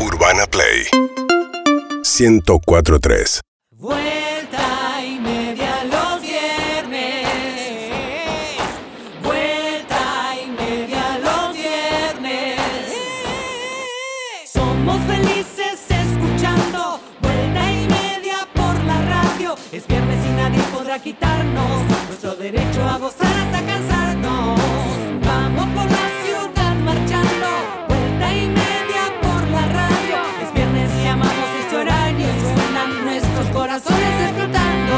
Urbana Play 1043 Vuelta y media los viernes. Vuelta y media los viernes. Somos felices escuchando Vuelta y media por la radio. Es viernes y nadie podrá quitarnos nuestro derecho a gozar hasta cansarnos. Vamos por la ciudad marchando. Vuelta y media por la radio. Es viernes y amamos este horario. Suenan nuestros corazones explotando.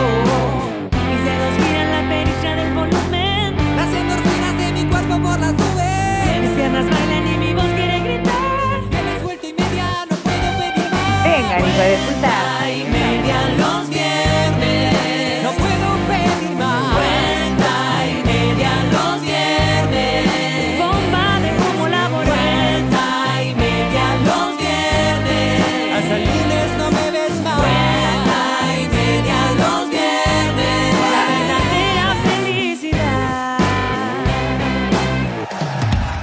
Mis dedos giran la perilla del volumen. Las endorfinas de mi cuerpo por las nubes. Mis piernas bailan y mi voz quiere gritar. Tienes vuelta y media, no puedo pedir más. Venga, hijo de puta. Vuelta y media los viernes. No puedo pedir más. Vuelta y media los viernes. Bomba de humo laboral. Vuelta y media los viernes. Hasta el lunes no me ves más. Vuelta y media los viernes. La verdadera felicidad.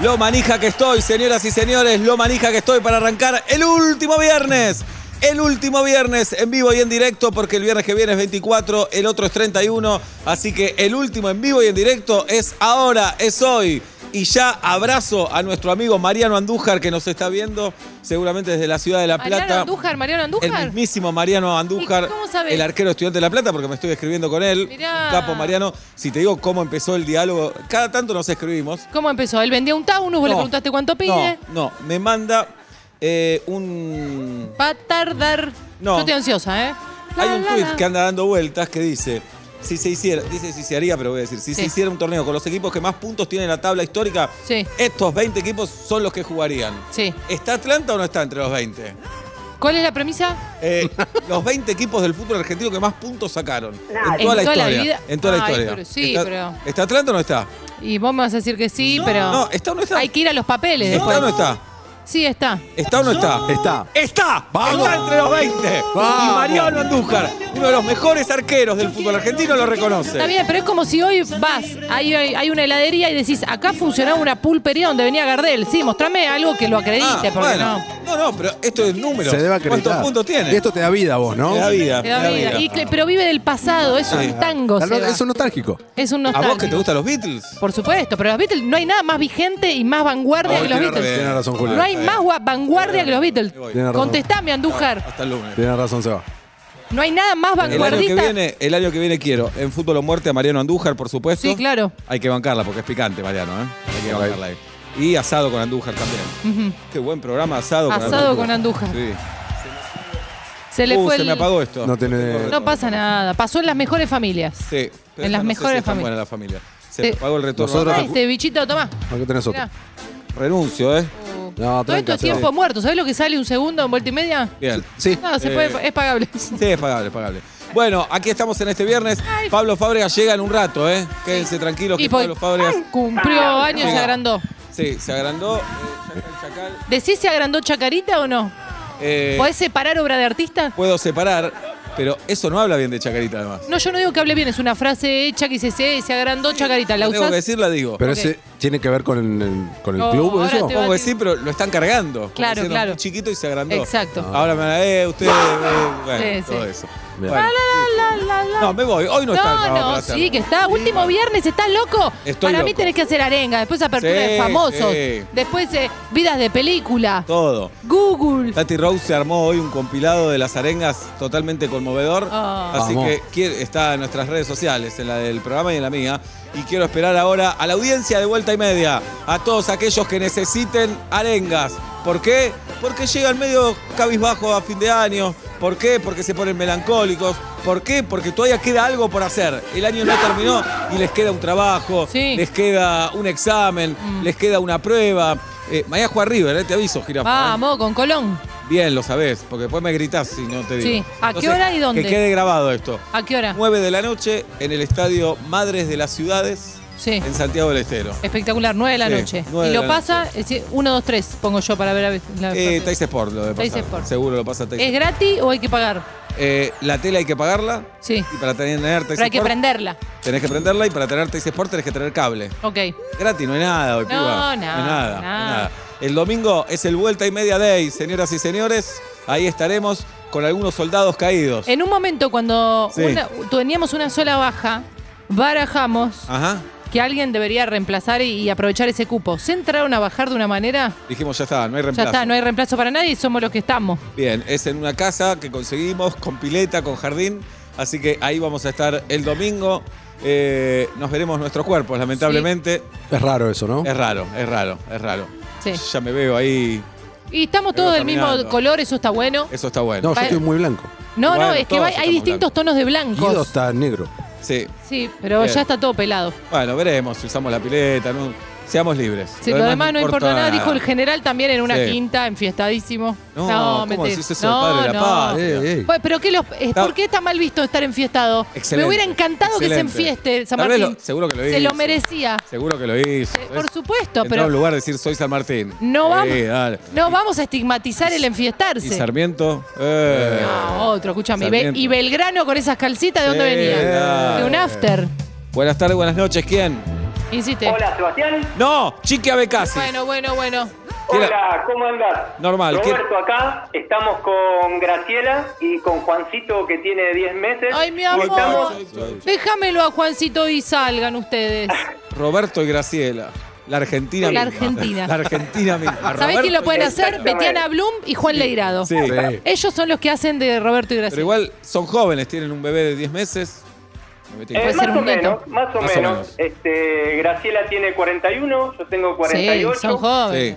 Lo manija que estoy, señoras y señores, lo manija que estoy para arrancar el último viernes. El último viernes en vivo y en directo, porque el viernes que viene es 24, el otro es 31. Así que el último en vivo y en directo es ahora, es hoy. Y ya abrazo a nuestro amigo Mariano Andújar que nos está viendo, seguramente desde la ciudad de La Plata. Mariano Andújar, Mariano El Andújar. mismísimo Mariano Andújar, ¿Y cómo sabés? el arquero estudiante de La Plata, porque me estoy escribiendo con él. Mirá. Un Capo Mariano, si te digo cómo empezó el diálogo, cada tanto nos escribimos. ¿Cómo empezó? Él vendía un taunus, vos le No, preguntaste cuánto pide. No, no, me manda eh, un. Va a tardar. No. Yo estoy ansiosa, ¿eh? La, Hay un la, tweet la. que anda dando vueltas que dice. Si se hiciera, dice si se haría, pero voy a decir, si se Sí. hiciera un torneo con los equipos que más puntos tienen en la tabla histórica, Sí. estos 20 equipos son los que jugarían. Sí. ¿Está Atlanta o no está entre los 20? ¿Cuál es la premisa? Eh, los 20 equipos del fútbol argentino que más puntos sacaron. Nah, en toda en la toda la historia. vida. En toda la Ay, historia. pero sí, ¿Está, pero- ¿Está Atlanta o no está? Y vos me vas a decir que sí, No, pero. no, ¿está o no está? Hay que ir a los papeles ¿Está después. o no está? Sí, está. ¿Está o no está? Está. ¡Está! ¡Está entre los 20! Y Vamos. Mariano Andújar, uno de los mejores arqueros del fútbol argentino, lo reconoce. Está bien, pero es como si hoy vas, hay, hay- hay una heladería y decís, acá funcionaba una pulpería donde venía Gardel. Sí, mostrame algo que lo acredite, Ah, porque bueno. no. no, pero esto es número. Se debe acreditar. ¿Cuántos puntos tiene? Y esto te da vida a vos, ¿no? Te da vida. no. Te da vida. Y que- pero vive del pasado, es Sí. un tango. La no- se va. es un nostálgico. Es un ¿A nostálgico. vos que te gustan los Beatles? Por supuesto, pero los Beatles no hay nada más vigente y más vanguardia Hoy que los tenés Beatles. razón. Tiene razón, Julio. No hay más gua- vanguardia que los Beatles. Me voy. Tiene razón. Contestame, Andújar. Hasta el lunes. Tienes razón, Seba. No hay nada más El año, que vanguardista. viene, el año que viene quiero, en Fútbol o Muerte, a Mariano Andújar, por supuesto. Sí, claro. Hay que bancarla porque es picante, Mariano, ¿eh? Hay que bancarla ahí. Y asado con Andújar también. Qué buen programa, asado, Asado con con Andújar. Andújar. Sí. Se le Uh, fue se el- me apagó esto. No tiene- No pasa nada. Pasó en las mejores familias. Sí. pero En las esta no sé mejores si es tan familias. buena la familia. Se Sí. me apagó el retorno. Nosotros- Ah, este bichito, tomá. Aquí tenés otro. Mirá. Renuncio, ¿eh? Uh, No, Todo esto tranca, es se va. tiempo muerto. ¿Sabés lo que sale un segundo en vuelta y media? Bien. Sí. No, se Eh. puede, es pagable. Sí, es pagable, es pagable. Bueno, aquí estamos en este viernes. Pablo Fábrega llega en un rato, ¿eh? Quédense tranquilos que Y por- Pablo Fábregas. Cumplió años y se Venga. agrandó. Sí, se agrandó. eh, Chacal, Chacal. ¿Decís se agrandó Chacarita o no? Eh, ¿Podés separar obra de artista? puedo separar, pero eso no habla bien de Chacarita, además. No, yo no digo que hable bien, es una frase hecha que se, se, se agrandó Chacarita. ¿La Tengo que usás? decir, la digo. Pero Ok. ese tiene que ver con el, con el No, club, ahora ¿eso? te va- Tengo que decir, pero lo están cargando. como Claro, siendo claro. muy chiquito y se agrandó. Exacto. Ahora me la eh, usted. eh, bueno, Sí, sí. todo eso. Bien. Bueno. La, la, la. No, me voy. Hoy no, está el No, programa no, para sí, hacerlo. que está. Último viernes, ¿estás loco? Estoy Para mí loco. tenés que hacer arenga, después apertura Sí, de famosos, sí. después eh, vidas de película, Todo. Google. Tati Rose se armó hoy un compilado de las arengas totalmente conmovedor. Ah. Así Vamos. que quiero- está en nuestras redes sociales, en la del programa y en la mía. Y quiero esperar ahora a la audiencia de vuelta y media, a todos aquellos que necesiten arengas. ¿Por qué? Porque llegan medio cabizbajo a fin de año. ¿Por qué? Porque se ponen melancólicos. ¿Por qué? Porque todavía queda algo por hacer. El año no terminó y les queda un trabajo, Sí. Mm. les queda un examen, les queda una prueba. Eh, mañana juega River, eh, te aviso, Girafa. eh. Vamos, con Colón. Bien, lo sabés, porque después me gritás si no te digo. Sí. ¿A qué hora y dónde? Ah, Que quede grabado esto. ¿A qué hora? 9 de la noche en el estadio Madres de las Ciudades Sí. Eh, en Santiago del Estero. Eh, Espectacular, 9 de la Sí, noche. nueve de Y la lo pasa, eh, es decir, 1, 2, 3, pongo yo para ver a la Eh, Tais Sport lo de pasar. Tais Sport. Seguro lo pasa Tais ¿Es gratis o hay que pagar? Sport. Eh, la tela hay que pagarla. Sí. Y para tener Tais Pero hay que Sport prenderla. tenés que prenderla y para tener Tais Sport tenés que tener cable. Ok. Gratis, no hay nada hoy, No, piba. nada, No hay nada, no hay nada. nada. El domingo es el Vuelta y Media Day, señoras y señores. Ahí estaremos con algunos soldados caídos. En un momento cuando Sí. una- teníamos una sola baja, barajamos Ajá. que alguien debería reemplazar y, y aprovechar ese cupo. Se entraron a bajar de una manera, Dijimos, ya está, no hay ya reemplazo. está, no hay reemplazo para nadie y somos los que estamos. Bien, es en una casa que conseguimos con pileta, con jardín. Así que ahí vamos a estar el domingo. Eh, nos veremos nuestros cuerpos, lamentablemente. Es raro eso, ¿no? Es raro, es raro, es raro. Sí. Ya me veo ahí. Y estamos Pero todos del caminando. mismo color, eso está bueno. Eso está bueno. No, yo Vale. estoy muy blanco. No, Bueno, no, es que todos va- hay estamos distintos blancos. tonos de blancos. Guido está negro. Sí. Sí, pero Bien. ya está todo pelado. Bueno, veremos si usamos la pileta. no- Seamos libres. Sí, lo, demás no importa nada, dijo el general también en una Sí. quinta, enfiestadísimo. No, ¿cómo mentira. decís eso, padre de la patria? Ey, ey. Pues, pero qué los, es- Está- ¿por qué está mal visto estar enfiestado? Excelente, Me hubiera encantado que excelente. se enfieste San Tal vez Martín. lo- seguro que lo Se lo hizo. merecía. Seguro que lo hizo. Eh, ¿ves? por supuesto, Entró a un pero lugar de decir soy San Martín. no vamos, Sí, dale. no vamos a estigmatizar el Y enfiestarse. Sarmiento. eh. No, otro, escúchame. Y, Be- Sarmiento. y Belgrano con esas calcitas, ¿de dónde Sí, venía? dale. De un after. Buenas tardes, buenas noches. ¿Quién? Insiste. Hola, Sebastián. No, Chiqui Abecasi. Bueno, bueno, bueno. ¿Quién- Hola, ¿cómo andás? Normal, ¿qué- Roberto acá, estamos con Graciela y con Juancito que tiene 10 meses. Ay, mi Y amor. estamos- Déjamelo a Juancito y salgan ustedes. Roberto y Graciela. La Argentina La misma. Argentina. La Argentina misma. ¿Sabés quién lo pueden hacer? Exactamente. Betiana Blum y Juan Leirado. Sí. Sí. Ellos son los que hacen de Roberto y Pero Graciela. igual son jóvenes, tienen un bebé de 10 meses. Me metí. Eh, Puede más, ser o un neto. menos, más o Más o menos, menos. Este, Graciela tiene 41, yo tengo 48. Sí, son Sí. jóvenes.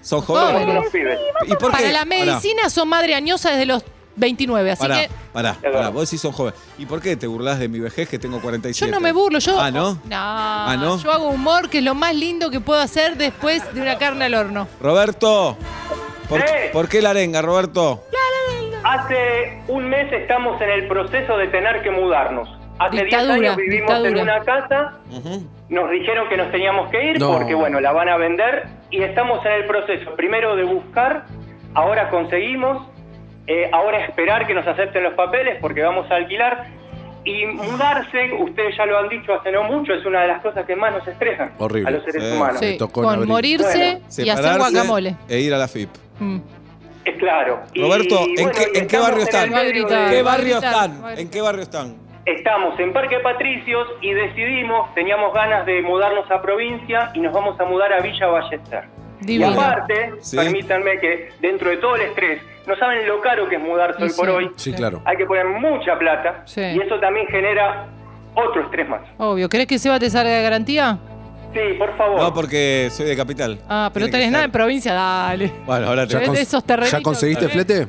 Son Somos jóvenes. unos pibes. ¿Y por qué? Para Pará, la medicina son madre añosa desde los 29, así Pará, que pará, pará, verdad. vos sí son jóvenes. ¿y por qué te burlás de mi vejez que tengo 47? yo no me burlo, yo Ah, ¿no? Ah, ¿no? yo hago humor que es lo más lindo que puedo hacer después de una carne al horno. Roberto, ¿por, Sí. por qué la arenga, Roberto? Hace un mes estamos en el proceso de tener que mudarnos. Hace 10 Dictadura, años vivimos dictadura. en una casa, nos dijeron que nos teníamos que ir No. porque, bueno, la van a vender y estamos en el proceso primero de buscar, ahora conseguimos, eh, ahora esperar que nos acepten los papeles porque vamos a alquilar. Y mudarse, ustedes ya lo han dicho hace no mucho, es una de las cosas que más nos estresan Horrible. a los seres Sí. humanos. Sí, tocó en con abril. morirse Bueno, y hacer guacamole. E ir a la FIP. Mm. Es claro. Y, Roberto, ¿en qué- en qué estamos barrio en están? el medio Va a de- ¿En qué gritar, va a barrio gritar, están? va a gritar. ¿En qué barrio están? Estamos en Parque Patricios y decidimos, teníamos ganas de mudarnos a provincia y nos vamos a mudar a Villa Ballester. Y Divino. aparte, Sí. permítanme que dentro de todo el estrés, no saben lo caro que es mudarse Sí, hoy por sí. hoy, Sí, claro. hay que poner mucha plata Sí. y eso también genera otro estrés más. Obvio, ¿querés que Seba te salga de garantía? Sí, por favor. No, porque soy de capital. Ah, pero Tiene no que tenés nada en ser. provincia, dale. Bueno, ahora te Ya con- de esos terrenitos ¿Ya conseguiste que- flete?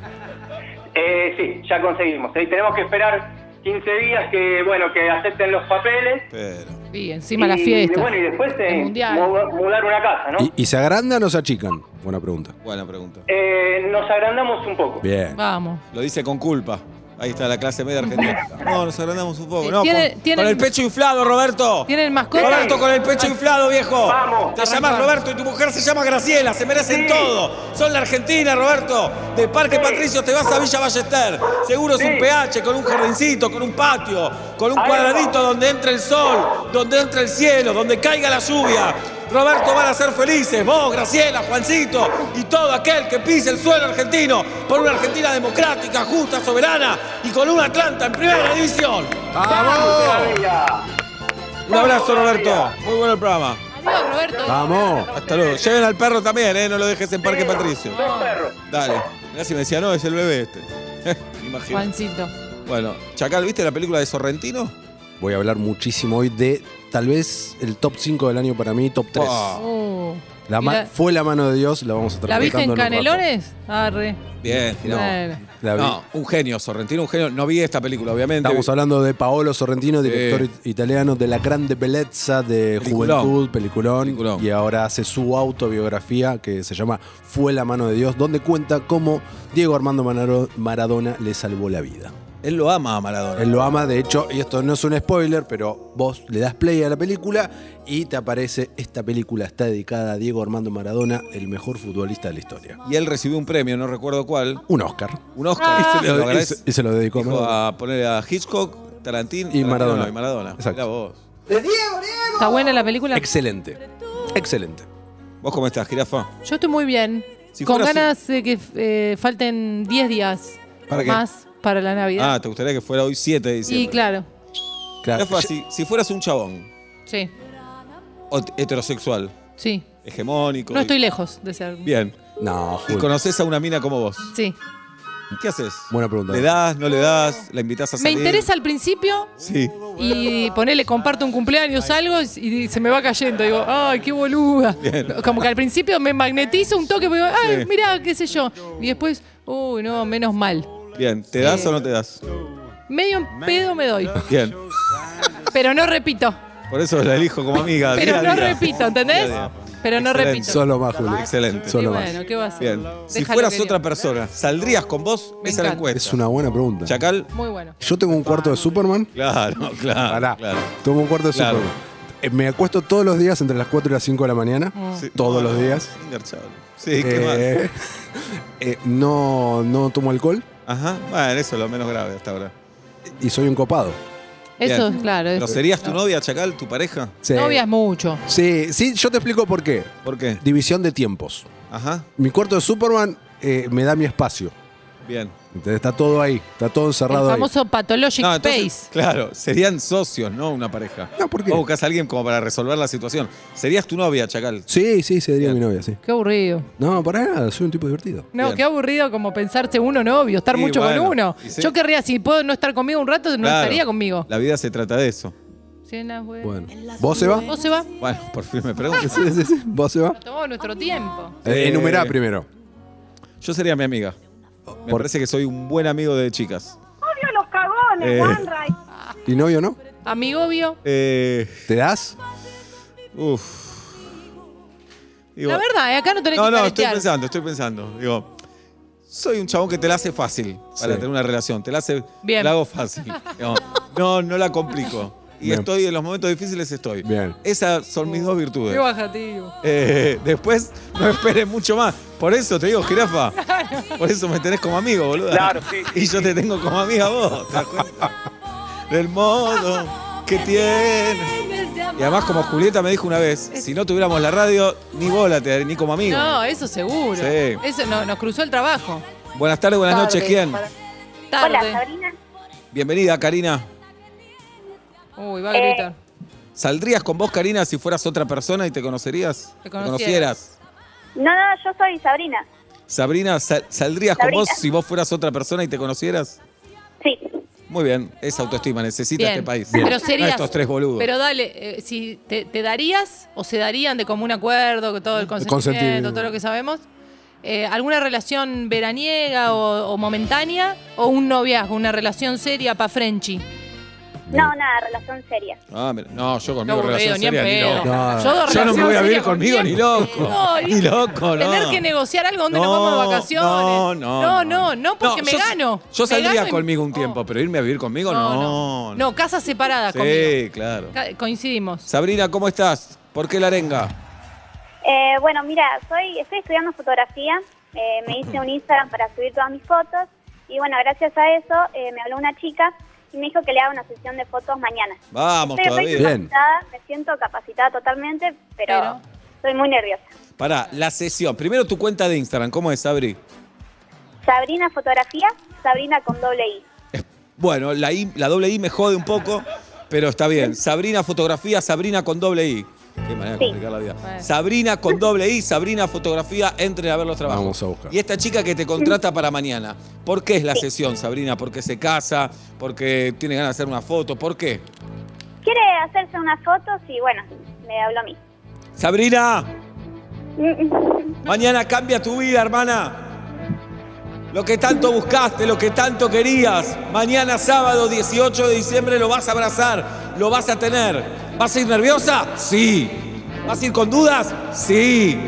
Eh, sí, ya conseguimos. ¿eh? Tenemos que esperar 15 días que, bueno, que acepten los papeles. Pero. Y encima la Y, fiesta. Bueno, y después El eh, mundial. mu- mudar una casa, ¿no? ¿Y, y se agrandan o se achican? Buena pregunta. Buena pregunta. Eh, nos agrandamos un poco. Bien. Vamos. Lo dice con culpa. Ahí está la clase media argentina. No, nos agrandamos un poco. Eh, No, tiene- con, tienen- con el pecho inflado, Roberto. ¿Tienen mascota? Roberto, con el pecho inflado, viejo. Vamos. Te llamas Roberto y tu mujer se llama Graciela. Se merecen Sí. todo. Son la Argentina, Roberto. De Parque Sí. Patricio te vas a Villa Ballester. Seguro es Sí. un PH con un jardincito, con un patio, con un Ahí cuadradito va. donde entre el sol, donde entre el cielo, donde caiga la lluvia. Roberto, van a ser felices. Vos, Graciela, Juancito y todo aquel que pise el suelo argentino por una Argentina democrática, justa, soberana y con un Atlanta en primera división. ¡Vamos! Todavía. Un abrazo, Roberto. Muy bueno el programa. Adiós, Roberto. Ah, ¡Vamos! Hasta luego. Lleven al perro también, ¿eh? No lo dejes en Parque Sí, Patricio. Dos perros. Dale. Mirá si me decía, no, es el bebé este. Imagínate. Juancito. Bueno, Chacal, ¿viste la película de Sorrentino? Voy a hablar muchísimo hoy de tal vez el top 5 del año para mí, top 3. Oh, Uh. La ma- Mira, fue la mano de Dios, la vamos a estar ¿La viste en contando un rato. Canelones? Arre. bien, no. Bueno. La vi. No, un genio, Sorrentino, un genio. No vi esta película, obviamente. Estamos hablando de Paolo Sorrentino, director Sí. it- italiano de La Grande Bellezza, de Peliculón. Juventud, peliculón, Peliculón. Y ahora hace su autobiografía que se llama Fue la mano de Dios, donde cuenta cómo Diego Armando Manaro- Maradona le salvó la vida. Él lo ama a Maradona. Él lo ama, de hecho, y esto no es un spoiler, pero vos le das play a la película y te aparece esta película está dedicada a Diego Armando Maradona, el mejor futbolista de la historia. Y él recibió un premio, no recuerdo cuál. Un Oscar. Un Oscar. Ah. Se Y se lo lo, y agradece. se- y se lo dedicó a Dijo Maradona. a poner a Hitchcock, Tarantín Y Maradona. no, Y Maradona. Exacto. Mirá vos. ¿Está buena la película? Excelente. Excelente. ¿Vos cómo estás, jirafa? Yo estoy muy bien. Si Con fuera así- ganas de que eh, falten 10 días ¿Para qué? más para la Navidad. Ah, te gustaría que fuera hoy 7 de y diciembre. claro, Claro, Jirafa, si, si fueras un chabón sí, o- heterosexual, sí. hegemónico. No y- estoy lejos de ser. Bien. No, Y Juli. conoces a una mina como vos. Sí. ¿Qué haces? Buena pregunta. ¿Le das, no le das? ¿La invitas a Me salir? interesa al principio Sí. y ponele, comparto un cumpleaños, algo y se me va cayendo. Digo, ay, qué boluda. Como que al principio me magnetizo un toque, pero digo, ay, Sí. mirá, qué sé yo. Y después, uy, no, menos mal. Bien. ¿Te das o no te das? Medio en pedo me doy, Bien. pero no repito. Por eso la elijo como amiga. día Pero a no día. repito, ¿entendés? Día a día. Pero no Excelente. repito. Solo más, Juli. Excelente. Y Solo más. bueno, ¿qué va a hacer? Bien. si Déjalo fueras que otra viva. persona, ¿saldrías con vos? Me Esa la encanta. encuesta. Es una buena pregunta. ¿Chacal? Muy bueno. Yo tengo un cuarto de Superman. Claro, claro. Pará. Ah, claro. Tomo un cuarto de Claro. Superman. Eh, Me acuesto todos los días entre las 4 y las 5 de la mañana. Sí. Todos los días. Engarchado. Sí, ¿qué más? Eh, eh, no, no tomo alcohol Ajá. Bueno, eso es lo menos grave hasta ahora. Eh. y soy un copado. Eso, Bien. claro. ¿Pero es- serías tu novia, Chacal, tu pareja? Sí. Novias mucho. Sí, sí, yo te explico por qué. ¿Por qué? División de tiempos. Ajá. Mi cuarto de Superman eh, me da mi espacio. Bien. Entonces está todo ahí, está todo El encerrado ahí. famoso Pathologic No, Space. entonces, claro, serían socios, no una pareja. No, ¿por qué? Vos buscas a alguien como para resolver la situación. Serías tu novia, Chacal. Sí, sí, sería mi novia, sí. Qué aburrido. No, para nada, soy un tipo divertido. No, Bien. qué aburrido como pensarse uno novio, estar Y mucho bueno, con uno. y sí. Yo querría, si puedo no estar conmigo un rato, no Claro. estaría conmigo. La vida se trata de eso. Cenas, güey. Bueno. ¿Vos se va? ¿Vos se va? Bueno, por fin me preguntas. Sí, sí, sí. ¿Vos se va? Tomamos nuestro tiempo. Eh, Eh, enumerá primero. Yo sería mi amiga. Me Por- parece que soy un buen amigo de chicas. Obvio los cagones, Eh. Wanray. ¿Y novio no? Amigovio. Eh, ¿Te das? uf. Digo- La verdad, eh, acá no tenés No, que no, estoy caretear. pensando, estoy pensando. Digo, soy un chabón que te la hace fácil para Sí. tener una relación. Te la hace. Bien. La hago fácil. Digo, no, no la complico. Y Bien. estoy, en los momentos difíciles estoy. Bien. Esas son mis dos virtudes. Qué bajativo. Eh, después no esperes mucho más. Por eso te digo, jirafa. Por eso me tenés como amigo, boludo. Claro, sí, Y yo te tengo como amiga a vos. ¿te das cuenta? Del modo que tiene. Y además, como Julieta me dijo una vez, si no tuviéramos la radio, ni bola te daré, ni como amigo. No, eso seguro. Sí. Eso no- nos cruzó el trabajo. Buenas tardes, buenas Tarde, noches. ¿Quién? tarde. Tarde. Hola, Sabrina. Bienvenida, Karina. Uy, va a gritar. ¿Saldrías con vos, Karina, si fueras otra persona y te conocerías? Te conocieras. conocieras. No, no, yo soy Sabrina. Sabrina, sal- ¿saldrías con vos Sabrina. si vos fueras otra persona y te conocieras? Sí. Muy bien, es autoestima, necesita Bien. este país. Pero No serías. estos tres boludos. Pero dale, eh, si te, te darías o se darían de común acuerdo, con todo el consentimiento, consentimiento. todo lo que sabemos, eh, alguna relación veraniega o, o momentánea o un noviazgo, una relación seria pa' Frenchy. No, nada, relación seria. Ah, mira, no, yo No conmigo aburrido, relación ni en seria, ni pedo. loco. No, no. Yo, dos Yo no me relación voy a vivir seria conmigo, ni tiempo. loco. No, y ni loco, no. Tener que negociar algo donde nos No, vamos de vacaciones. No, no. No, no, no, porque me yo- gano. Yo Me saldría gano y- conmigo un tiempo, Oh. pero irme a vivir conmigo, no. no. No, casas separadas Sí, conmigo. claro. Ca- Coincidimos. Sabrina, ¿cómo estás? ¿Por qué la arenga? Eh, bueno, mira, soy, estoy estudiando fotografía. Eh, me hice un Instagram para subir todas mis fotos. Y bueno, gracias a eso eh, me habló una chica y me dijo que le haga una sesión de fotos mañana. Vamos Estoy re todavía. Bien. capacitada, me siento capacitada totalmente, pero, Pero. soy muy nerviosa. Pará, la sesión. Primero tu cuenta de Instagram, ¿cómo es, Sabri? Sabrina Fotografía, Sabrina con doble I. Bueno, la, I- la doble I me jode un poco, pero está bien. Sabrina Fotografía, Sabrina con doble I. Qué manera de Sí. complicar la vida. Bueno. Sabrina con doble I, Sabrina Fotografía, entren a ver los trabajos. Vamos a buscar. Y esta chica que te contrata para mañana, ¿por qué es la sesión, Sabrina? ¿Porque se casa? ¿Porque tiene ganas de hacer una foto? ¿Por qué? Quiere hacerse unas fotos y bueno, me habló a mí. Sabrina, Mm, mm. mañana cambia tu vida, hermana. Lo que tanto buscaste, lo que tanto querías, mañana sábado 18 de diciembre lo vas a abrazar, lo vas a tener. ¿Vas a ir nerviosa? Sí. ¿Vas a ir con dudas? Sí.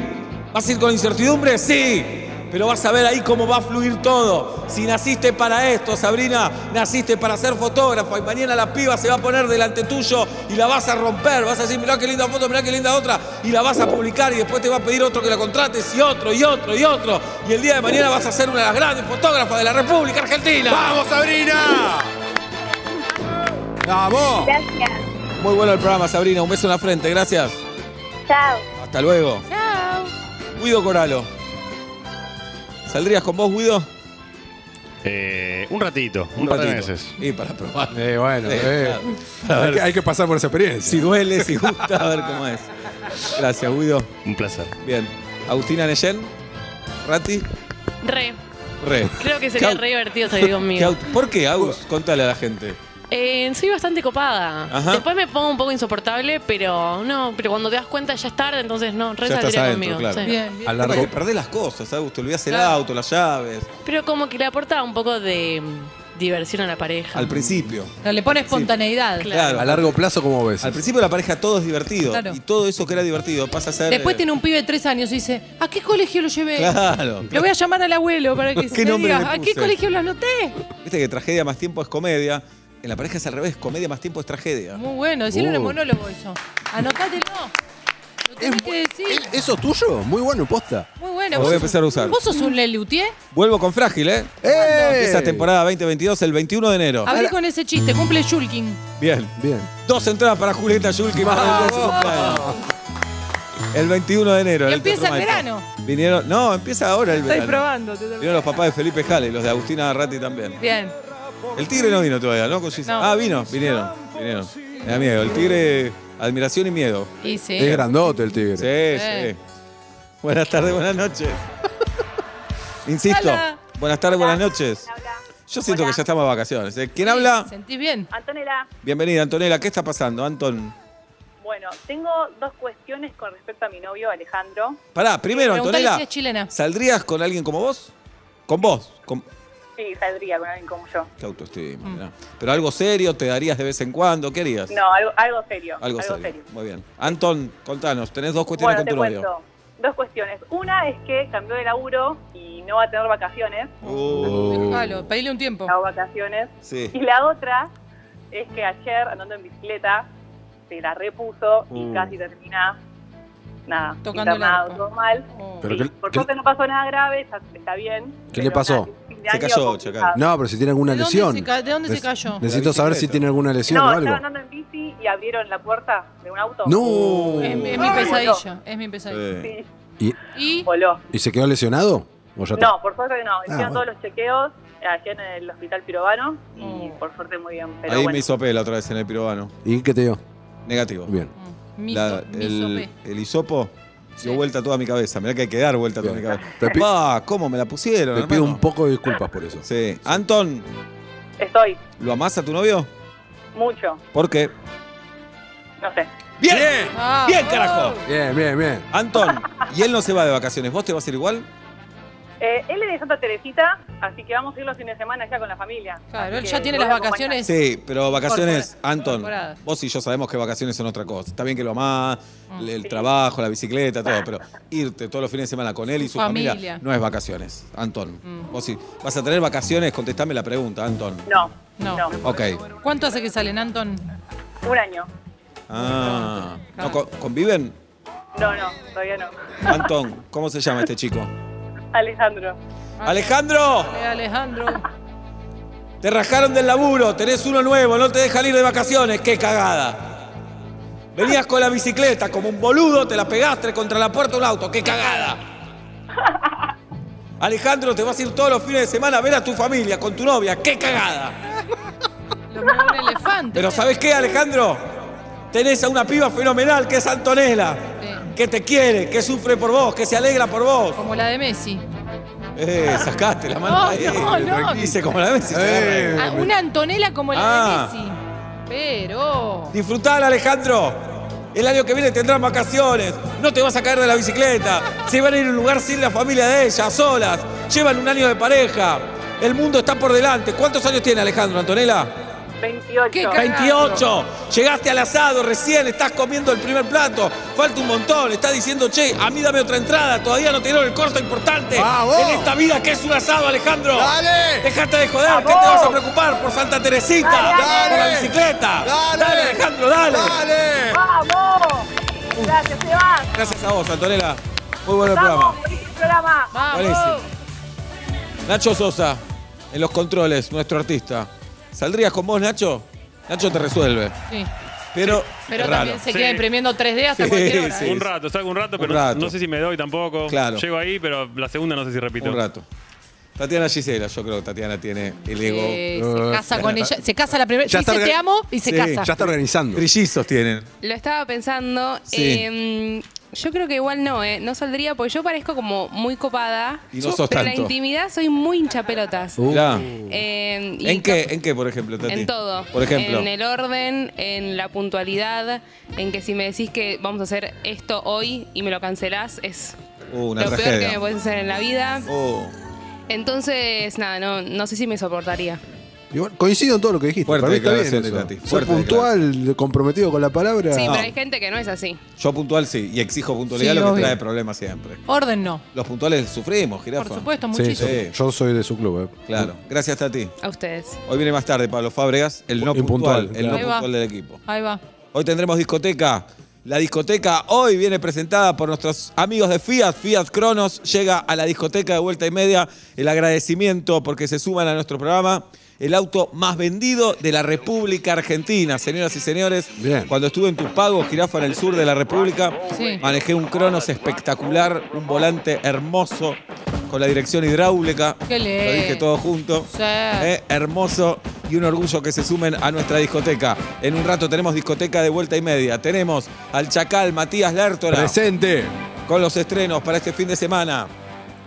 ¿Vas a ir con incertidumbre? Sí. Pero vas a ver ahí cómo va a fluir todo. Si naciste para esto, Sabrina, naciste para ser fotógrafa y mañana la piba se va a poner delante tuyo y la vas a romper. Vas a decir, mirá qué linda foto, mirá qué linda otra. Y la vas a publicar y después te va a pedir otro que la contrates y otro y otro y otro. Y el día de mañana vas a ser una de las grandes fotógrafas de la República Argentina. ¡Vamos, Sabrina! ¡Vamos! Gracias. Muy bueno el programa, Sabrina. Un beso en la frente. Gracias. Chao. Hasta luego. Chao. Guido Coralo. ¿Saldrías con vos, Guido? Eh, un ratito, un, par de ratito. meses. Y para probar. Eh, bueno, Sí, eh. claro. Hay, que, hay que pasar por esa experiencia. Si duele, si gusta, a ver cómo es. Gracias, Guido. Un placer. Bien. Agustina Neyen, Rati, Re. Re. Creo que sería Chau. re divertido salir ¿Qué conmigo. aut- ¿Por qué, Agus? Contale a la gente. Eh, soy bastante copada. Ajá. Después me pongo un poco insoportable, pero no, pero cuando te das cuenta ya es tarde, entonces no, re Ya estás saldría adentro, conmigo. claro. sí. Bien, bien. A Capaz largo, que perdés las cosas, Agus. Te olvidás el Claro. auto, las llaves. Pero como que le aporta un poco de mm, diversión a la pareja. Al principio. Le pone espontaneidad. Claro. a largo plazo, ¿cómo ves? Al principio la pareja todo es divertido. Claro. Y todo eso que era divertido pasa a ser. Después eh, tiene un pibe de tres años y dice, ¿a qué colegio lo llevé? Claro. Lo voy a llamar al abuelo para que ¿Qué me nombre diga, le ¿a qué puse? colegio lo anoté? Viste que tragedia más tiempo es comedia. En la pareja es al revés, comedia más tiempo es tragedia. Muy bueno, decirle en el Uh. monólogo eso. Anotátelo. Lo tenés que decir. ¿Eh, ¿Eso es tuyo? Muy bueno, posta. Muy bueno. Lo vos voy a sos- empezar a usar. ¿Vos sos un Lelutier? Vuelvo con Frágil, ¿eh? ¡Eh! Empieza temporada 2022 el 21 de enero. Abrí con ese chiste, cumple Shulkin. Bien. Bien. Dos entradas para Julieta Yulki para el día de su cumpleaños. El 21 de enero. en Y empieza Teatro el Maipo. verano. Vinieron, no, empieza ahora el verano. Estoy probando. te- Vinieron los papás de Felipe Jale y los de Agustina Ratti también. Bien. El tigre no vino todavía, ¿no? Cochise? No. Ah, vino, vinieron, vinieron. Me da miedo. El tigre, admiración y miedo. Y sí. Eh, Es grandote el tigre. Sí, sí. Sí. Buenas tardes, buenas noches. Insisto. Hola. Buenas tardes, buenas noches. Yo siento que ya estamos de vacaciones. ¿eh? ¿Quién habla? Ah, ¿Sentís bien? Antonella, Bienvenida, Antonella. ¿Qué está pasando, Anton? bueno, tengo dos cuestiones con respecto a mi novio Alejandro. Pará, primero, Preguntale Antonella. si es chilena. ¿Saldrías con alguien como vos? Con vos. Con... Sí, saldría con alguien como yo. Qué autoestima. Mm. mirá. Pero algo serio, te darías de vez en cuando, ¿qué harías? No, algo, algo serio. Algo, serio. Muy bien. Anton, contanos, tenés dos cuestiones Bueno, con te tu novio. cuento. Dos cuestiones. Una es que cambió de laburo y no va a tener vacaciones, Oh, Dejalo, pedile un Oh. tiempo. no vacaciones. sí. Y la otra es que ayer, andando en bicicleta, se la repuso y Uh. casi termina, nada, Tocando el internado, arpa. todo mal. Oh. Pero Y que- por que- suerte no pasó nada grave, está, está bien. ¿Qué pero le pasó? nada, fin de Se año cayó, complicado. Chacal. No, pero si tiene alguna ¿De dónde lesión. se ca- de dónde se cayó? Necesito saber si bicicleta. tiene alguna lesión o No, estaba algo. andando en bici y abrieron la puerta de un auto. No. Es, es mi Ah, Ay, pesadilla, es mi pesadilla. Sí. Sí, ¿Y, Eh. Y voló. y se quedó lesionado? ¿O ya está? Ah, No, por suerte no. Hicieron bueno. todos los chequeos allá en el hospital pirobano y Oh. por suerte muy bien. Pero Mm. Ahí me bueno, hizo pela otra vez en el pirobano. ¿Y qué te dio? Negativo. Bien. mi La- so- mi el, sopé. el hisopo Sí. dio vuelta toda mi cabeza. Mirá que hay que dar vuelta toda mi Bien. cabeza. Te, pi- Pa, ¿Cómo me la pusieron? te pido hermano? un poco de disculpas por eso. Sí. Anton, estoy ¿lo amás a tu novio? mucho, ¿Por qué? no sé. ¡Bien! Ah, ¡Bien, oh. carajo! Bien, bien, bien. Anton, y él no se va de vacaciones. ¿Vos te vas a ir igual? Eh, él es de Santa Teresita, así que vamos a ir los fines de semana allá con la familia. Así Claro, él que Eh, ya tiene lo las voy a acompañar. vacaciones. Sí, pero vacaciones, Corpora- Anton, corporadas. vos y yo sabemos que vacaciones son otra cosa. Está bien que lo amás, Ah. el- el trabajo, la bicicleta, todo, pero irte todos los fines de semana con él y su familia, Familia. Mm. no es vacaciones, Anton. Vos sí, vas a tener vacaciones, contestame la pregunta, Anton. No, No. no, Ok. ¿Cuánto hace que salen, Anton? un año. Ah, ¿no co- ¿conviven? No, no, todavía no. Anton, ¿cómo se llama este chico? Alejandro, Alejandro, Dale, Eh, Alejandro. te rajaron del laburo, tenés uno nuevo, no te dejan ir de vacaciones, qué cagada. Venías con la bicicleta como un boludo, te la pegaste contra la puerta de un auto, qué cagada. Alejandro, te vas a ir todos los fines de semana a ver a tu familia, con tu novia, qué cagada. Lo miró un elefante. Pero ¿sabés qué, Alejandro? Tenés a una piba fenomenal que es Antonella, Sí. que te quiere, que sufre por vos, que se alegra por vos. Como la de Messi. Eh, sacaste la mano No, ahí. no, no. Dice como la ves. y se agarra ahí. Ah, una Antonella como la Ah. de Messi. Pero. Disfrutala, Alejandro. El año que viene tendrás vacaciones. No te vas a caer de la bicicleta. Se van a ir a un lugar sin la familia de ella, solas. Llevan un año de pareja. El mundo está por delante. ¿Cuántos años tiene Alejandro, Antonella? 28. ¿Qué ca- 28. Llegaste al asado recién, estás comiendo el primer plato. Falta un montón. Estás diciendo, che, a mí dame otra entrada. Todavía no te dieron el corto importante. ¡Vamos! En esta vida, que es un asado, Alejandro? Ah, ¡Dale! Dejate de joder, ¿qué te vas a preocupar? Por Santa Teresita, ¡Dale! por la bicicleta. ¡Dale! Alejandro, dale. ¡Dale! ¡Vamos! Gracias, Sebas. Gracias a vos, Antonella. Muy bueno el ¡Vamos! programa. buenísimo programa! Vamos. Buenísimo. Nacho Sosa, en los controles, nuestro artista. ¿Saldrías con vos, Nacho? Nacho te resuelve. Sí. Pero, Pero es raro. también se queda Sí. imprendo 3D hasta Sí, cualquier hora. sí. ¿eh? Un rato, salgo un rato, pero Un rato. no sé si me doy tampoco. Claro. Llego ahí, pero la segunda no sé si repito. Un rato. Tatiana Gisela, yo creo que Tatiana tiene el ego. Eh, Uh, se casa con ella, se casa la primera, Ya dice está orga- te amo y se Sí, casa. Ya está organizando. Trillizos tienen. Lo estaba pensando. Sí. eh, yo creo que igual no, ¿eh? No saldría porque yo parezco como muy copada. Y no sos pero en la tanto. intimidad soy muy hinchapelotas. Uh, Mirá. Eh, y ¿En qué? ¿En qué, por ejemplo, Tati? En todo. Por ejemplo. En el orden, en la puntualidad, en que si me decís que vamos a hacer esto hoy y me lo cancelás, es Uh, una lo peor que tragedia. me puedes hacer en la vida. Oh, Entonces, nada, no, no sé si me soportaría. Igual, coincido en todo lo que dijiste. Fuerte Para mí está bien declaración, eso. Tati. Ser Fuerte puntual, comprometido con la palabra. Ah, Sí, No. pero hay gente que no es así. yo puntual sí, y exijo puntualidad, Sí, lo que obvio. trae problemas siempre. Orden no. Los puntuales sufrimos, jirafa. Por supuesto, Sí, muchísimo. Sí. Yo soy de su club. eh. Claro. Gracias, Tati. A ustedes. Hoy viene más tarde Pablo Fábregas, el no Impuntual, puntual, el no claro. Ahí va. puntual del equipo. Ahí va. Hoy tendremos discoteca. La discoteca hoy viene presentada por nuestros amigos de Fiat. Fiat Cronos llega a la discoteca de vuelta y media. El agradecimiento porque se suman a nuestro programa. El auto más vendido de la República Argentina, señoras y señores. Bien. Cuando estuve en Tupago, jirafa en el sur de la República, Sí. manejé un Cronos espectacular, un volante hermoso con la dirección hidráulica. Qué Lo dije lindo. todo junto. Sí. Eh, hermoso y un orgullo que se sumen a nuestra discoteca. En un rato tenemos discoteca de vuelta y media. Tenemos al Chacal Matías Lertora Presente. con los estrenos para este fin de semana.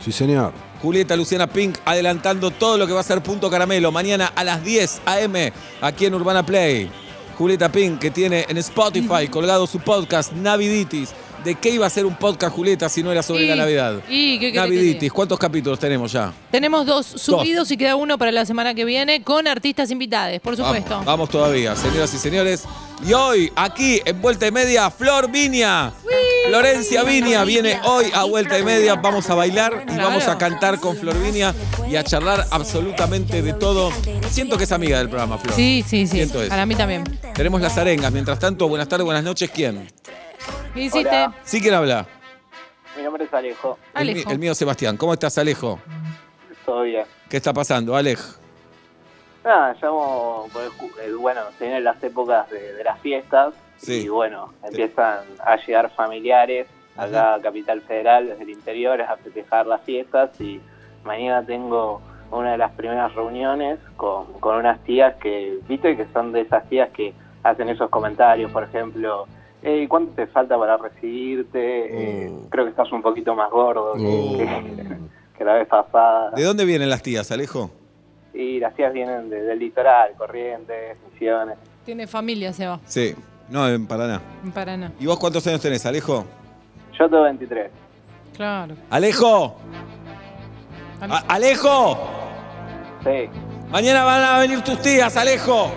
Sí, señor. Julieta Luciana Pink adelantando todo lo que va a ser Punto Caramelo mañana a las 10 a.m. aquí en Urbana Play. Julieta Pink que tiene en Spotify colgado su podcast Naviditis. ¿De qué iba a ser un podcast, Julieta, si no era sobre Y- la Navidad? y, ¿qué querés que te Naviditis, diga? ¿cuántos capítulos tenemos ya? Tenemos dos subidos y queda uno para la semana que viene con artistas invitados, por supuesto. Vamos, vamos todavía, señoras y señores. Y hoy, aquí, en Vuelta y Media, Flor Viña. Florencia Viña viene hoy a Vuelta y Media. Vamos a bailar y Claro. vamos a cantar con Flor Viña y a charlar absolutamente de todo. Siento que es amiga del programa, Flor. Sí, sí, sí. Siento eso. Para mí también. Tenemos las arengas. Mientras tanto, buenas tardes, buenas noches. ¿Quién? ¿Qué hiciste? Hola. Sí, ¿quién habla? Mi nombre es Alejo, El, Alejo. mí- el mío, Sebastián. ¿Cómo estás, Alejo? todo bien. ¿Qué está pasando, Alej? Nada, llamo, porque ju- eh, bueno, se vienen las épocas de, de las fiestas Sí. y bueno, empiezan a llegar familiares acá a Capital Federal desde el interior a festejar las fiestas y mañana tengo una de las primeras reuniones con, con unas tías que, viste, que son de esas tías que hacen esos comentarios, por ejemplo, "Ey, ¿cuánto te falta para recibirte? Eh, Oh. Creo que estás un poquito más gordo que- Oh. que, que la vez pasada. ¿De dónde vienen las tías, Alejo? Y las tías vienen de- del litoral, Corrientes, Misiones. Tiene familia, Seba, Sí. No, en Paraná. en Paraná. ¿Y vos cuántos años tenés, Alejo? Yo tengo 23. Claro. Alejo. A- Alejo. Sí. Mañana van a venir tus tías, Alejo.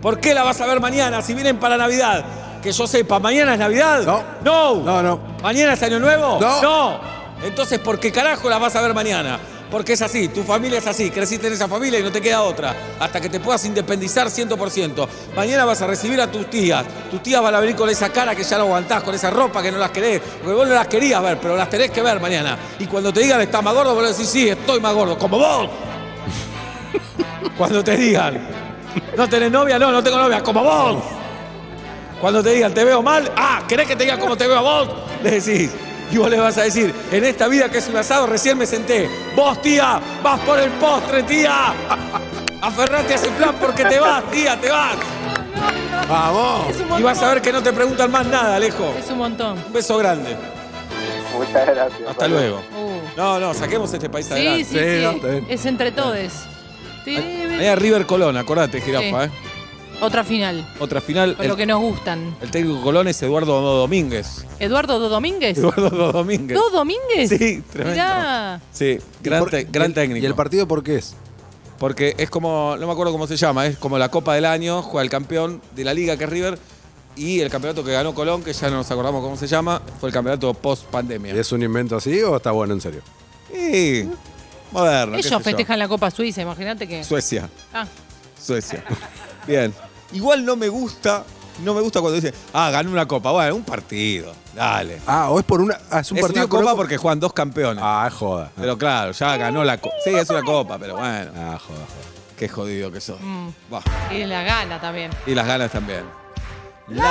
¿Por qué la vas a ver mañana si vienen para Navidad? Que yo sepa, ¿mañana es Navidad? No. No. No, no. ¿Mañana es Año Nuevo? No. Entonces, ¿por qué carajo las vas a ver mañana? Porque es así, tu familia es así, creciste en esa familia y no te queda otra, hasta que te puedas independizar 100%. Mañana vas a recibir a tus tías, tus tías van a venir con esa cara que ya no aguantás, con esa ropa que no las querés, porque vos no las querías ver, pero las tenés que ver mañana. Y cuando te digan, estás más gordo, vos le decís, sí, estoy más gordo, como vos. Cuando te digan, no tenés novia, no, no tengo novia, como vos. Cuando te digan, te veo mal, ah, ¿querés que te diga cómo te veo a vos? Le decís. Y vos le vas a decir, en esta vida que es un asado, recién me senté. Vos, tía, vas por el postre, tía. Aferrate a ese plan porque te vas, tía, te vas. Vamos. Es un Y montón. vas a ver que no te preguntan más nada, Alejo. Es un montón. Un beso grande. Muchas gracias. Hasta luego. Uh. No, no, saquemos este país Sí, adelante. sí, sí. Sí, no, está bien. Es entre todos. Ahí a River Colón, acordate, jirafa, ¿eh? Otra final, Otra final. con El, lo que nos gustan. el técnico Colón es Eduardo Domínguez. ¿Eduardo Do Domínguez? Eduardo Domínguez. ¿Do Domínguez? Sí, tremendo. Mirá. Sí, gran, Por- te- gran y el- técnico. ¿Y el partido por qué es? Porque es como, no me acuerdo cómo se llama, es como la Copa del Año, juega el campeón de la liga que es River y el campeonato que ganó Colón, que ya no nos acordamos cómo se llama, fue el campeonato post pandemia. ¿Es un invento así o está bueno en serio? Y moderno. qué sé yo. Ellos festejan la Copa Suiza, imagínate que. Suecia, Ah, Suecia. Bien. Igual no me gusta, no me gusta cuando dicen, ah, ganó una copa. Bueno, un partido. Dale. Ah, o es por una. ah, es un es partido una copa por- porque juegan dos campeones. Ah, joda. Pero claro, ya ganó la copa. Sí, es una copa, pero bueno. Ah, joda. joda. Qué jodido que sos. Mm. Bah. y la gana también. Y las ganas también. Life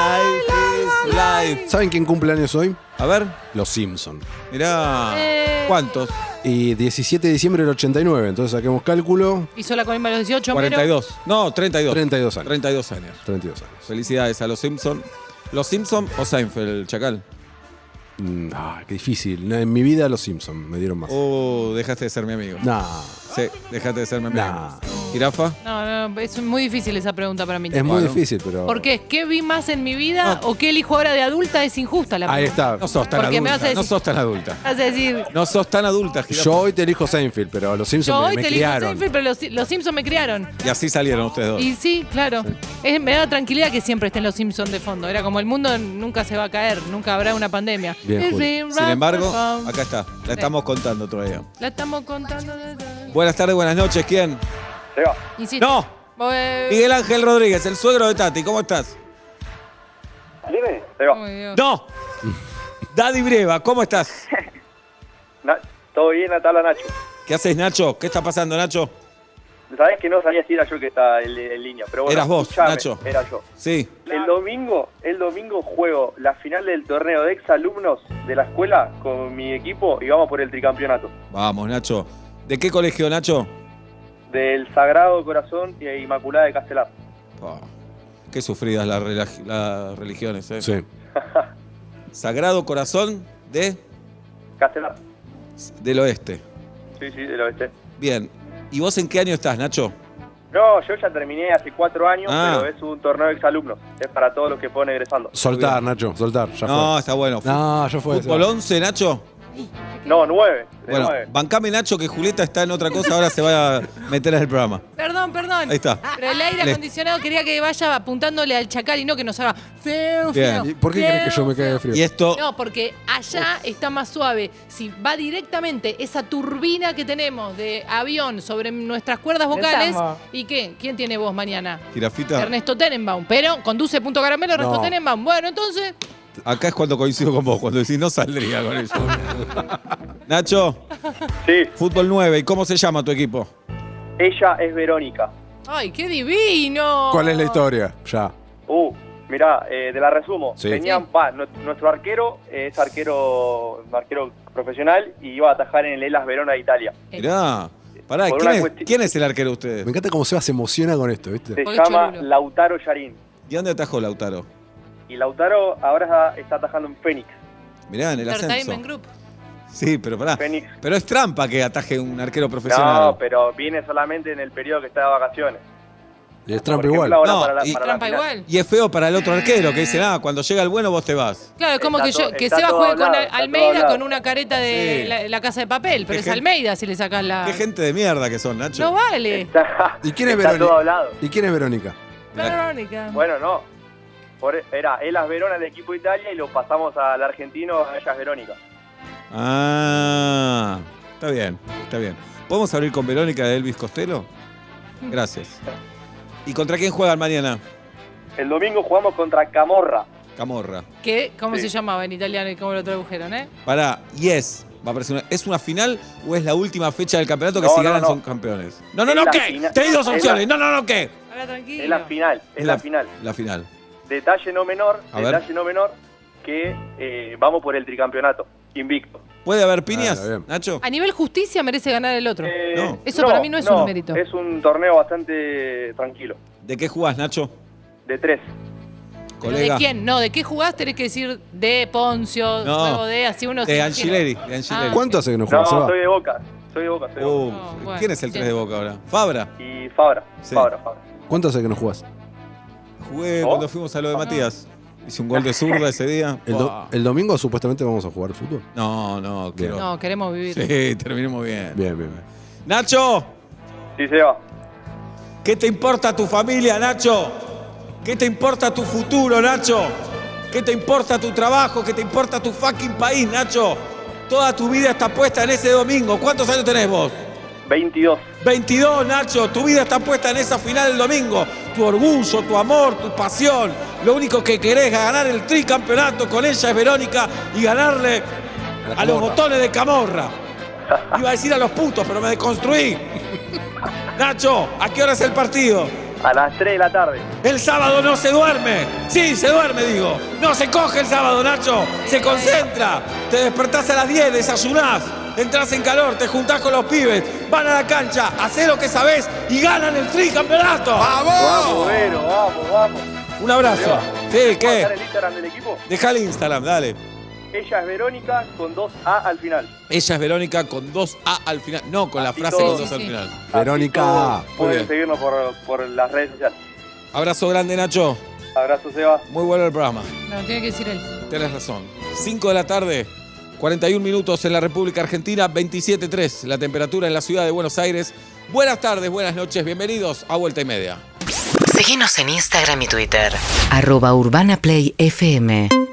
is life. ¿Saben quién cumple años hoy? A ver. Los Simpson. Mirá. Eh, ¿Cuántos? Y 17 de diciembre del 89, entonces saquemos cálculo. Hizo la colimba a los 18, Homero. 42. No, 32. 32 años. 32 años. 32 años. Felicidades a los Simpson. ¿Los Simpson o Seinfeld, Chacal? Mm, ah, qué difícil. No, En mi vida los Simpson me dieron más. Oh, dejaste de ser mi amigo. Nah. Sí, dejaste de ser mi amigo. Nah. ¿Jirafa? No, no, es muy difícil esa pregunta para mí. Es muy difícil, pero. ¿Por qué? ¿Qué vi más en mi vida o qué elijo ahora de adulta? Es injusta la Ahí pregunta. está. No sos tan Porque me adulta. vas a decir- No sos tan adulta. Vas a decir, No sos tan adulta, Jirafa. Yo hoy te elijo Seinfeld, pero los Simpsons yo me, hoy me te elijo criaron. Seinfeld, pero los, los Simpsons me criaron. Y así salieron ustedes dos. Y sí, claro. Es- me da tranquilidad que siempre estén los Simpsons de fondo. Era como el mundo nunca se va a caer, nunca habrá una pandemia. Bien, Juli. Sin embargo, acá está. La estamos contando todavía. La estamos contando. Buenas tardes, buenas noches. ¿Quién? Insisto. No. Eh, Miguel Ángel Rodríguez, el suegro de Tati. ¿Cómo estás? Dime. oh, Dios. No. Daddy Breva, ¿cómo estás? Na- ¿Todo bien, Natala Nacho? ¿Qué haces, Nacho? ¿Qué está pasando, Nacho? Sabés que no sabía si era yo que estaba en, en línea, pero bueno. Eras vos, escuchame, Nacho. Era yo. Sí. El domingo, el domingo juego la final del torneo de ex alumnos de la escuela con mi equipo y vamos por el tricampeonato. Vamos, Nacho. ¿De qué colegio, Nacho? Del Sagrado Corazón e Inmaculada de Castelar. Oh, qué sufridas las, relaj- las religiones, ¿eh? Sí. Sagrado Corazón de, Castelar. del Oeste. Sí, sí, del oeste. Bien. ¿Y vos en qué año estás, Nacho? No, yo ya terminé hace cuatro años, Ah. pero es un torneo de exalumnos. Es para todos los que pueden egresando. Soltar, Nacho, soltar. Ya no, fue. está bueno. No, ya fue. ¿Fútbol ya. 11, Nacho? No, nueve. de Bueno, nueve. bancame, Nacho, que Julieta está en otra cosa, ahora se va a meter en el programa. Perdón, perdón. Ahí está. Pero el aire Le- acondicionado quería que vaya apuntándole al chacal y no que nos haga feo, Bien. feo. ¿Y ¿Por qué feo, crees que yo me caiga de frío? Y esto, No, porque allá está más suave. Si va directamente esa turbina que tenemos de avión sobre nuestras cuerdas vocales, ¿y qué? ¿Quién tiene voz mañana? girafita, Ernesto Tenenbaum. Pero conduce Punto Caramelo, Ernesto No. Tenenbaum. Bueno, entonces, acá es cuando coincido con vos, cuando decís no saldría con eso. Nacho, Sí, fútbol 9, ¿y cómo se llama tu equipo? ella es Verónica. ¡ay, qué divino! ¿Cuál es la historia? Ya. Uh, mirá, eh, te la resumo. Sí. Tenían, va, nu- nuestro arquero eh, es arquero, un arquero profesional y iba a atajar en el Elas Verona de Italia. Mirá, pará, Por ¿quién una es, cuestión- quién es el arquero de Me ustedes? encanta cómo Seba se emociona con esto, ¿viste? Se Porque llama cholulo. Lautaro Yarín. ¿Y dónde atajó Lautaro? Y Lautaro ahora está, está atajando en Fénix. Mirá, en el ascenso. Entertainment Group. Sí, pero pará. Fénix. Pero es trampa que ataje un arquero profesional. No, pero viene solamente en el periodo que está de vacaciones. Y es Trump Por ejemplo, igual. ahora No, para la- y- para la Trampa final. igual. Y es feo para el otro arquero que dice, ah, cuando llega el bueno vos te vas. Claro, es como Está que, yo, todo- que está Seba todo juegue con hablado, Al- está todo Almeida hablado. con una careta de Sí. la, la casa de papel, pero Qué es gen- Almeida si le sacas la. Qué Eh, gente de mierda que son, Nacho. Ah. No vale. Está, ¿Y quién es está todo Verónica? hablado. ¿Y quién es Verónica? eh. Verónica. Bueno, no. Por- era Elas Verona el equipo de Italia y lo pasamos al argentino, a ella es Verónica. Ah, está bien, está bien. ¿Podemos abrir con Verónica de Elvis Costello? Gracias. ¿Y contra quién juegan mañana? El domingo jugamos contra Camorra. Camorra. ¿Qué? ¿Cómo Sí. se llamaba en italiano y cómo lo tradujeron, eh? Pará, yes. Va a aparecer una- ¿Es una final o es la última fecha del campeonato que No, si no, ganan no. son campeones? No, no, Es no, la ¿qué? fina- Te di dos es la- opciones. No, no, no, ¿qué? Ahora tranquilo. Es la final, es la final. La final. Detalle no menor, A ver. detalle no menor, que eh, vamos por el tricampeonato, invicto. ¿Puede haber piñas, Claro, bien. Nacho? A nivel justicia merece ganar el otro. Eh, No. Eso para mí no es un mérito. Es un torneo bastante tranquilo, ¿De qué jugás, Nacho? de tres. Pero Colega. ¿De quién? No, ¿de qué jugás? Tenés que decir de Poncio, No. juego de, así uno se De imagina. Angileri. De Angileri. Ah. ¿Cuánto hace que no No, juega Seba? soy de Boca, soy de Boca, soy de Boca. Uh, No, bueno, ¿Quién es el 3 de siempre. Boca ahora? Fabra. Y Fabra, Oh. Sí. Fabra, Fabra. ¿Cuánto hace que no juegas? Jugué ¿No? cuando fuimos a Ah. lo de Matías. Hice un gol de zurda ese día. El, do- Buah. el domingo supuestamente vamos a jugar al fútbol. No, no, quiero. No, queremos vivir. Sí, terminemos bien. Bien, bien, bien. Nacho, Sí, Seba. ¿qué te importa tu familia, Nacho? ¿Qué te importa tu futuro, Nacho? ¿Qué te importa tu trabajo? ¿Qué te importa tu fucking país, Nacho? Toda tu vida está puesta en ese domingo. ¿Cuántos años tenés vos? 22. 22, Nacho, tu vida está puesta en esa final el domingo. Tu orgullo, tu amor, tu pasión. Lo único que querés es ganar el tricampeonato con ella es Verónica y ganarle a los botones de Camorra. Iba a decir a los putos, pero me deconstruí. Nacho, ¿a qué hora es el partido? A las 3 de la tarde. El sábado no se duerme. Sí, se duerme, digo. No se coge el sábado, Nacho. Se concentra. Te despertás a las 10, desayunás, entras en calor, te juntás con los pibes, van a la cancha, hacés lo que sabés y ganan el tri campeonato. Oh. Vamos, Vero, vamos, vamos. Un abrazo. Sí, ¿Puedo ¿qué? marcar el Instagram del equipo? Deja el Instagram, dale. Ella es Verónica con 2A al final. Ella es Verónica con 2A al final. No, con la frase todo. con 2 Sí, al sí. final. Verónica. Muy Pueden bien. seguirnos por, por las redes sociales. Abrazo grande, Nacho. Abrazo, Seba. Muy bueno el programa. No, tiene que decir él. Tenés razón. 5 de la tarde, 41 minutos en la República Argentina, 27.3 la temperatura en la ciudad de Buenos Aires. Buenas tardes, buenas noches, bienvenidos a Vuelta y Media. Síguenos en Instagram y Twitter. Arroba Urbana Play FM.